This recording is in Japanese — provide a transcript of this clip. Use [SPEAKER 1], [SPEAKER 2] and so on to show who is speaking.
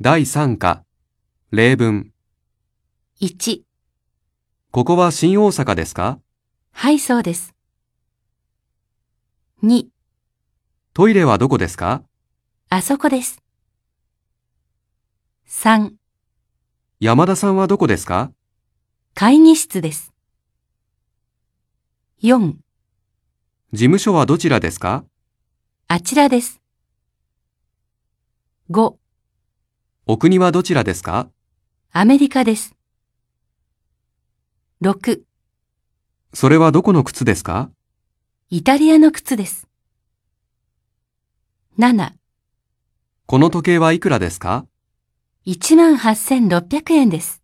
[SPEAKER 1] 第3課、例文。
[SPEAKER 2] 1、
[SPEAKER 1] ここは新大阪ですか
[SPEAKER 2] はい、そうです。2、
[SPEAKER 1] トイレはどこですか
[SPEAKER 2] あそこです。3、
[SPEAKER 1] 山田さんはどこですか
[SPEAKER 2] 会議室です。4、
[SPEAKER 1] 事務所はどちらですか
[SPEAKER 2] あちらです。5、
[SPEAKER 1] お国はどちらですか
[SPEAKER 2] アメリカです。6、
[SPEAKER 1] それはどこの靴ですか
[SPEAKER 2] イタリアの靴です。7、
[SPEAKER 1] この時計はいくらですか
[SPEAKER 2] 18,600円です。